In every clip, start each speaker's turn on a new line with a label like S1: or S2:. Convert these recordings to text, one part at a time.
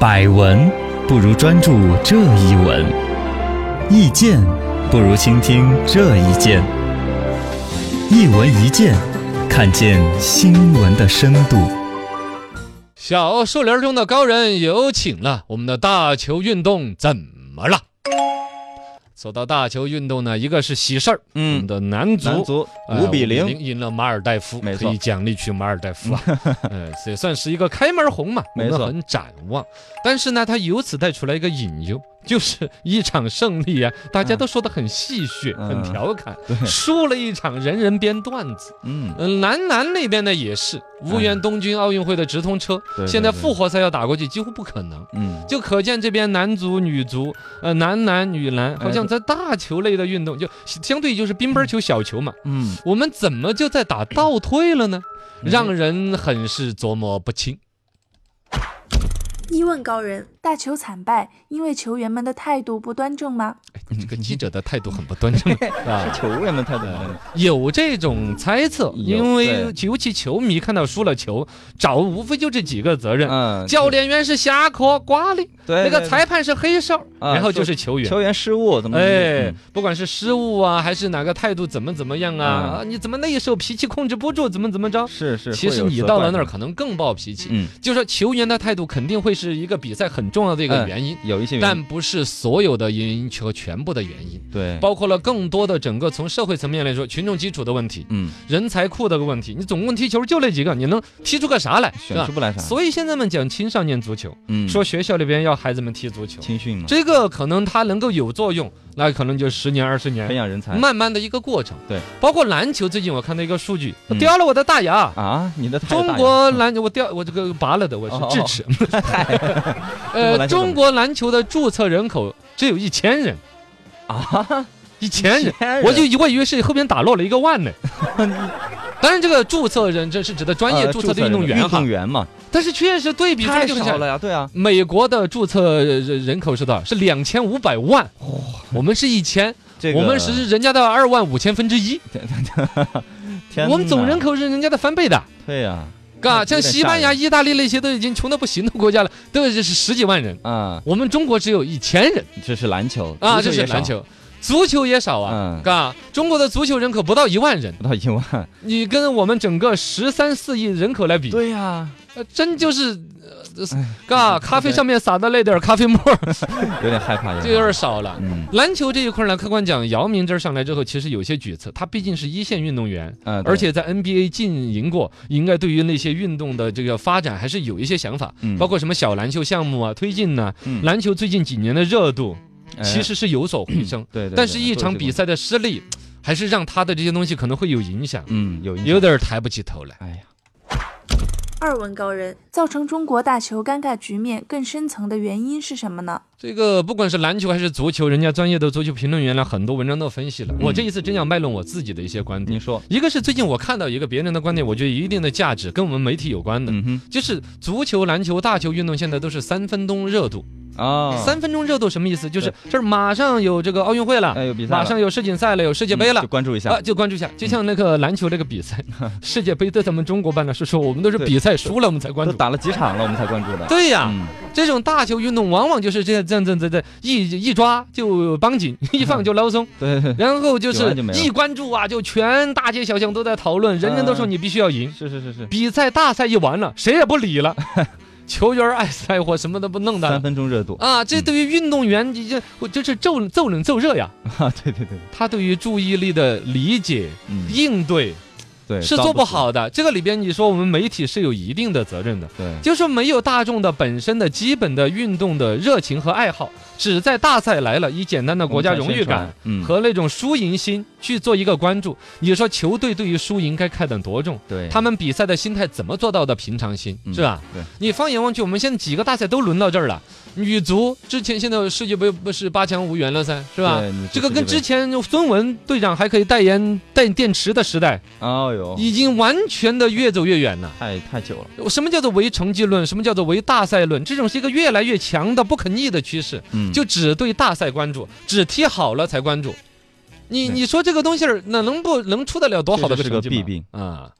S1: 百闻不如专注这一闻，意见不如倾听这一见。一闻一见，看见新闻的深度。
S2: 小树林中的高人有请了，我们的大球运动怎么了？说到大球运动呢，一个是喜事儿，我们
S3: 嗯，
S2: 的男足
S3: 男足
S2: 呃
S3: 五比
S2: 5
S3: 零，
S2: 赢了马尔代夫，
S3: 没
S2: 可
S3: 错
S2: 以奖励去马尔代 夫啊，嗯，这也算是一个开门红嘛，
S3: 没错
S2: 我们很展望。但是呢，他由此带出来一个隐忧，就是一场胜利啊，大家都说的很戏谑，
S3: 嗯
S2: 很调侃，
S3: 对
S2: 输了一场，人人编段子。
S3: 嗯，
S2: 嗯，男篮那边呢也是无缘东京奥运会的直通车，
S3: 对
S2: 现在
S3: 对对
S2: 复活赛要打过去几乎不可能。
S3: 嗯，
S2: 就可见这边男足、女足，呃，男篮、女篮，
S3: 哎
S2: 好像在大球类的运动，就相对就是乒乓球、小球嘛，
S3: 嗯，
S2: 我们怎么就在打倒退了呢？
S3: 嗯
S2: 让人很是琢磨不清。
S4: 一问高人，
S5: 大球惨败，因为球员们的态度不端正吗？
S2: 哎这个记者的态度很不端正
S3: 是
S2: 啊。
S3: 球员的态度吗，
S2: 有这种猜测，
S3: 有
S2: 因为
S3: 对
S2: 尤其球迷看到输了球，找无非就这几个责任：
S3: 嗯，
S2: 教练员是瞎磕瓜哩，
S3: 对
S2: 那个
S3: 对
S2: 裁判是黑哨，
S3: 啊
S2: 然后就是球员。
S3: 球员失误怎么怎么
S2: 哎
S3: 嗯，
S2: 不管是失误啊，还是哪个态度怎么怎么样啊，
S3: 嗯
S2: 啊你怎么那时候脾气控制不住，怎么怎么着？
S3: 是是，
S2: 其
S3: 会
S2: 实
S3: 有
S2: 你
S3: 责
S2: 到
S3: 怪
S2: 了那儿
S3: 的，
S2: 可能更暴脾气。
S3: 嗯，
S2: 就说球员的态度肯定会是一个比赛很重要的一个
S3: 嗯
S2: 原因，
S3: 有一些原因
S2: 但不是所有的原因和全部的原因，
S3: 对，
S2: 包括了更多的整个从社会层面来说，群众基础的问题、
S3: 嗯，
S2: 人才库的问题。你总共踢球就那几个，你能踢出个啥来？是
S3: 选
S2: 吧
S3: 出？不来啥，
S2: 所以现在们讲青少年足球，
S3: 嗯，
S2: 说学校里边要孩子们踢足球，
S3: 青训嘛，
S2: 这个可能它能够有作用，那可能就十年二十
S3: 培
S2: 年，
S3: 养人才
S2: 慢慢的一个过程。
S3: 哎对，
S2: 包括篮球，最近我看到一个数据，我
S3: 嗯
S2: 掉了我的大牙。
S3: 啊，你的太大
S2: 中
S3: 呀
S2: 国篮球，我掉我这个拔了的，我
S3: 哦
S2: 是智 齿。
S3: 国
S2: 呃，
S3: 篮球怎么
S2: 中国篮球的注册人口只有一千人，
S3: 啊，
S2: 一千人，
S3: 天
S2: 哎我就以为以为是后边打落了一个万 呢。当然，这个注册人这是指的专业
S3: 呃
S2: 注册的运动
S3: 人运
S2: 员哈
S3: 动，员嘛，
S2: 但是确实对比出来
S3: 太
S2: 就是
S3: 少了呀，对啊，
S2: 美国的注册人人口是多少？是两千五百万，我们是一千，
S3: 这个
S2: 我们是人家的二万五千分之一，
S3: 天
S2: 我们总
S3: 哪
S2: 人口是人家的翻倍的。
S3: 对呀，
S2: 嘎，
S3: 那
S2: 像
S3: 有点
S2: 西班
S3: 吓
S2: 牙、
S3: 人
S2: 意大利那些都已经穷的不行的国家了，都是十几万人。
S3: 啊，
S2: 我们中国只有一千人
S3: 这是篮球
S2: 啊，这
S3: 足球
S2: 是
S3: 也少
S2: 篮球，足球也少啊。
S3: 嗯，
S2: 嘎，中国的足球人口不到一万人，
S3: 不到一万，
S2: 你跟我们整个十三四亿人口来比，
S3: 对哎呀，
S2: 呃真就是，呃嘎，咖啡上面撒的那点儿咖啡沫 儿，
S3: 有点害怕，有
S2: 就有
S3: 点
S2: 点
S3: 害
S2: 少了
S3: 怕。嗯
S2: 篮球这一块呢，客观讲，姚明这儿上来之后，其实有些举措，他毕竟是一线运动员，
S3: 嗯，对
S2: 而且在 NBA 经营过，应该对于那些运动的这个发展还是有一些想法，
S3: 嗯
S2: 包括什么小篮球项目啊推进呢、
S3: 嗯
S2: 篮球最近几年的热度
S3: 哎嗯
S2: 其实是有所回升，
S3: 对，对
S2: 但
S3: 对
S2: 是一
S3: 做
S2: 场
S3: 这
S2: 比
S3: 个
S2: 赛的失利，还是让他的这些东西可能会有影响，
S3: 嗯，有影
S2: 有
S3: 响。
S2: 点儿抬不起头来。
S3: 哎呀，
S4: 二问高人，
S5: 造成中国大球尴尬局面更深层的原因是什么呢？
S2: 这个不管是篮球还是足球，人家专业的足球评论员呢，很多文章都分析了。我
S3: 嗯
S2: 这一次真想卖弄我自己的一些观点。
S3: 您说，
S2: 一个是最近我看到一个别人的观点，我觉得有一定的价值，跟我们媒体有关的，
S3: 嗯哼，
S2: 就是足球、篮球、大球运动现在都是三分钟热度。
S3: 啊，
S2: 三分钟热度什么意思？就是
S3: 对
S2: 这儿马上有这个奥运会了，
S3: 哎有比赛了，
S2: 马上有世锦赛了，有世界杯
S3: 嗯
S2: 了
S3: 就。关注一下
S2: 啊，。就关注一下，就像那个篮球那个比赛， 世界杯在咱们中国办的是说我们都是
S3: 对
S2: 比赛输了我们才关
S3: 都
S2: 注。
S3: 打了几场了，我们才关注的。
S2: 对啊呀，
S3: 嗯，
S2: 这种大球运动往往就是这样这样这样这样这样一一抓就绷紧， 一放就捞松，
S3: 对对对，
S2: 然后就
S3: 久
S2: 是
S3: 嗯了就没了
S2: 一关注啊，就全大街小巷都在讨论，人人都说
S3: 嗯
S2: 你必须要赢。
S3: 是是是是，
S2: 比赛大赛一完了，谁也不理 了，球员爱死爱活，什么都不弄的
S3: 三
S2: 了
S3: 分钟热度
S2: 啊！这对于运动员，你这我这是骤骤冷骤热呀。
S3: 啊！对对对，
S2: 他对于注意力的理解、
S3: 嗯，
S2: 应对
S3: 对，
S2: 是
S3: 当
S2: 做不
S3: 时。
S2: 好的。这个里边，你说我们媒体是有一定的责任的，
S3: 对，
S2: 就是说没有大众的本身的基本的运动的热情和爱好，只在大赛来了以简单的国家荣誉感。
S3: 我们才宣传，嗯，
S2: 和那种输赢心去做一个关注，你说球队对于输赢该看得多重？
S3: 对，
S2: 他们比赛的心态怎么做到的平常心，
S3: 嗯
S2: 是吧？
S3: 对，
S2: 你放眼望去，我们现在几个大赛都轮到这儿了。女足之前现在世界杯不是八强无缘了噻，是吧？
S3: 对？你
S2: 这个跟之
S3: 前，
S2: 前孙文队长还可以代言带电池的时代，
S3: 哦哟，
S2: 已经完全的越走越远了。
S3: 太太久了，
S2: 什么叫做唯成绩论？什么叫做唯大赛论？这种是一个越来越强的不可逆的趋势，
S3: 嗯，
S2: 就只对大赛关注，只踢好了才关注。你
S3: 对
S2: 你说这个东西儿，那能不能出得了多好的
S3: 这就是
S2: 成
S3: 个
S2: 绩
S3: 弊
S2: 吗
S3: 病
S2: 啊！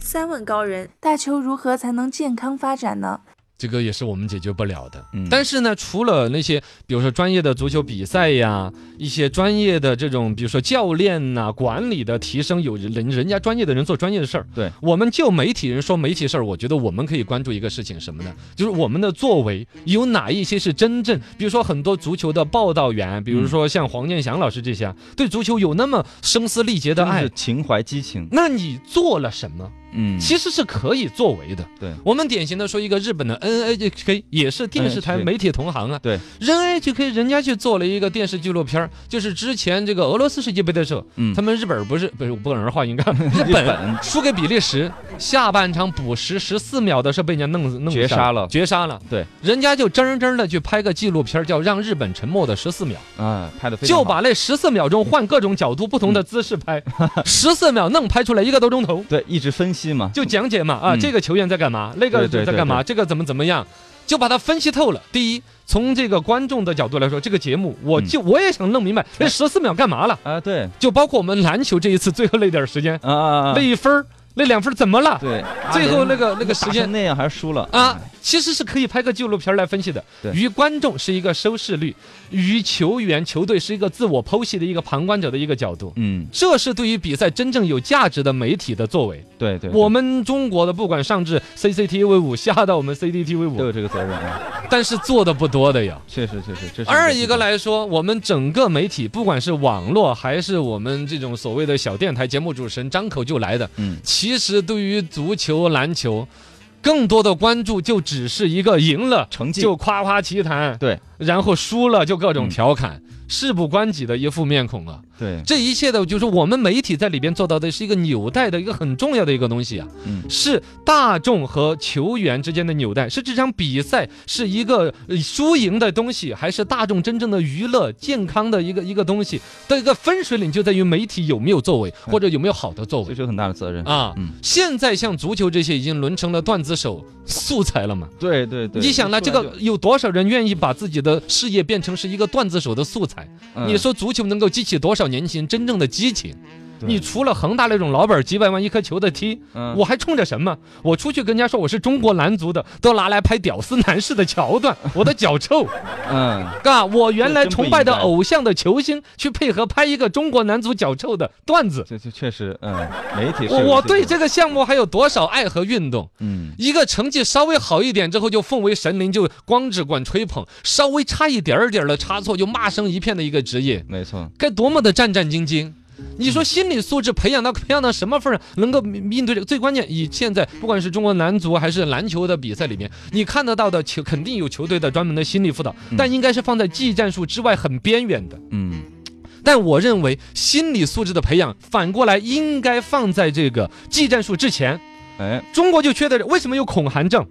S4: 三问高人，
S5: 大球如何才能健康发展呢？
S2: 这个也是我们解决不了的。
S3: 嗯
S2: 但是呢，除了那些，比如说专业的足球比赛呀，一些专业的这种，比如说教练呐、管理的提升，有人人家专业的人做专业的事儿。
S3: 对，
S2: 我们就媒体人说媒体事儿，我觉得我们可以关注一个事情什么呢？就是我们的作为有哪一些是真正，比如说很多足球的报道员，比如说像黄健翔老师这些啊，对足球有那么声嘶力竭的
S3: 真
S2: 爱
S3: 是，情怀激情，
S2: 那你做了什么？
S3: 嗯，
S2: 其实是可以作为的。
S3: 对
S2: 我们典型的说一个日本的 NHK，也是电视台
S3: NHK
S2: 媒体同行啊。
S3: 对
S2: ，NHK 人家去做了一个电视纪录片儿，就是之前这个俄罗斯世界杯的时候，
S3: 嗯
S2: 他们日本不是不是不能儿化音干，日
S3: 日
S2: 本
S3: 本
S2: 输给比利时，下半场补时十四秒的时候被人家弄死弄
S3: 绝
S2: 下
S3: 杀了
S2: 绝杀了。
S3: 对，
S2: 人家就真真的去拍个纪录片儿，叫《让日本沉默的十四秒》。
S3: 啊，拍的非常
S2: 就
S3: 好
S2: 把那十四秒钟换各种角度、不同的姿势拍，十四秒弄拍出来一个多钟头，
S3: 对一直分析嘛，
S2: 就讲解嘛啊，
S3: 嗯
S2: 这个球员在干嘛，那个
S3: 对对
S2: 在干嘛，这个怎么怎么样，就把它分析透了。第一，从这个观众的角度来说，这个节目
S3: 嗯
S2: 我就我也想弄明白
S3: 哎
S2: 那十四秒干嘛了，
S3: 啊，对
S2: 就包括我们篮球这一次最后那点儿时间，
S3: 啊啊，啊
S2: 那一分儿那两分儿怎么了，
S3: 对，哎
S2: 最后那
S3: 个
S2: 个那个时间
S3: 那样还是输了
S2: 啊，，其实是可以拍个纪录片来分析的。
S3: 对
S2: 于观众是一个收视率，于球员、球队是一个自我剖析的一个旁观者的一个角度。
S3: 嗯，
S2: 这是对于比赛真正有价值的媒体的作为。
S3: 对对，对
S2: 我们中国的不管上至 CCTV 五，下到我们 CCTV
S3: 都
S2: 五，
S3: 有这个责任啊，
S2: 但是做的不多的呀。
S3: 确实确实，这是
S2: 二一个，来说，我们整个媒体，不管是网络还是我们这种所谓的小电台节目主持人张口就来的，
S3: 嗯，
S2: 其实对于足球、篮球，更多的关注就只是一个赢了。
S3: 成绩
S2: 就夸夸其谈，
S3: 对，
S2: 然后输了就各种
S3: 嗯
S2: 调侃，事不关己的一副面孔啊！
S3: 对，
S2: 这一切的，就是我们媒体在里边做到的是一个纽带的一个很重要的一个东西啊，
S3: 嗯
S2: 是大众和球员之间的纽带，是这场比赛是一个呃输赢的东西，还是大众真正的娱乐健康的一个一个东西的一个分水岭，就在于媒体有没有作为，或者有没有好的作
S3: 这
S2: 为
S3: 是有很大的责任，
S2: 啊。
S3: 嗯，
S2: 现在像足球这些已经沦成了段子手素材了嘛？
S3: 对对对，
S2: 你想呢？这
S3: 出来
S2: 个有多少人愿意把自己的事业变成是一个段子手的素材？
S3: 就
S2: 你说足球能够激起多少年轻人真正的激情？
S3: 对
S2: 你除了恒大那种老板几百万一颗球的踢，
S3: 嗯
S2: 我还冲着什么？我出去跟人家说我是中国男足的，都拿来拍屌丝男士的桥 段，我的脚臭，
S3: 嗯，
S2: 嘎！我原来崇拜的
S3: 这真不应该
S2: 偶像的球星去配合拍一个中国男足脚臭的段子，
S3: 这这确实，嗯，媒体是
S2: 我
S3: 有
S2: 我
S3: 些
S2: 对，这个项目还有多少爱和运动？
S3: 嗯，
S2: 一个成绩稍微好一点之后就奉为神灵，就光只管吹捧；稍微差一点儿点儿的差错就骂声一片的一个职业，
S3: 没错，
S2: 该多么的战战兢兢！你
S3: 嗯
S2: 说心理素质培养到培养到什么份儿上，能够应对这个？最关键，以现在不管是中国男足还是篮球的比赛里面，你看得到的球肯定有球队的专门的心理辅导，
S3: 嗯
S2: 但应该是放在技战术之外很边缘的。
S3: 嗯，
S2: 但我认为心理素质的培养，反过来应该放在这个技战术之前。
S3: 哎
S2: 中国就缺的人，为什么有恐韩症？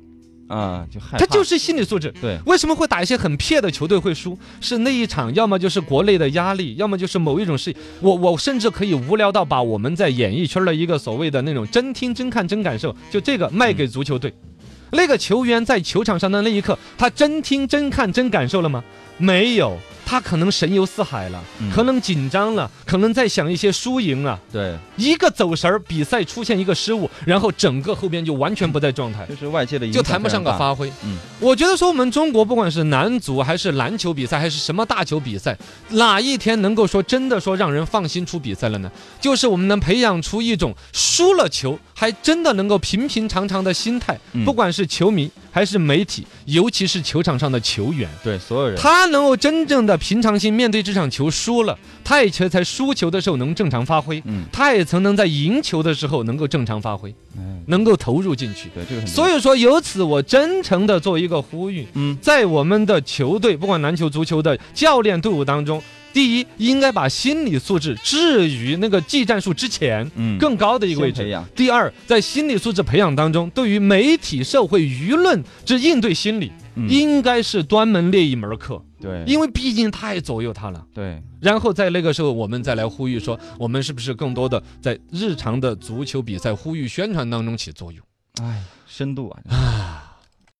S3: 啊，就害怕，
S2: 他就是心理素质。
S3: 对，
S2: 为什么会打一些很撇的球队会输？是那一场，要么就是国内的压力，要么就是某一种事。我我甚至可以无聊到把我们在演艺圈的一个所谓的那种真听、真看、真感受，就这个卖给足球队。那个球员在球场上的那一刻，他真听、真看、真感受了吗？没有，他可能神游四海了，
S3: 嗯
S2: 可能紧张了，可能在想一些输赢啊。
S3: 对，
S2: 一个走神儿，比赛出现一个失误，然后整个后边就完全不在状态。
S3: 就是外界的影
S2: 就
S3: 响
S2: 谈不上个
S3: 非常大，
S2: 发挥。
S3: 嗯
S2: 我觉得说我们中国不管是男足还是篮球比赛还是什么大球比赛，哪一天能够说真的说让人放心出比赛了呢？就是我们能培养出一种输了球还真的能够平平常常的心态，
S3: 嗯
S2: 不管是球迷还是媒体，尤其是球场上的球员。
S3: 对所有人，
S2: 他能够真正的平常心面对这场球输了，他也才才输球的时候能正常发挥，
S3: 嗯，
S2: 他也曾能在赢球的时候能够正常发挥，
S3: 哎，
S2: 能够投入进去。
S3: 对这个很，
S2: 所
S3: 以，
S2: 以说，由此我真诚的做一个呼吁，
S3: 嗯，
S2: 在我们的球队，不管篮球、足球的教练队伍当中，第一应该把心理素质置于那个技战术之前
S3: 嗯，
S2: 更高的一个位
S3: 先培
S2: 置。
S3: 养，
S2: 第二，在心理素质培养当中，对于媒体、社会舆论之应对心理，
S3: 嗯
S2: 应该是专门列一门课，
S3: 对，
S2: 因为毕竟太左右他了。
S3: 对，
S2: 然后在那个时候，我们再来呼吁说，我们是不是更多的在日常的足球比赛呼吁宣传当中起作用？
S3: 哎，深度啊，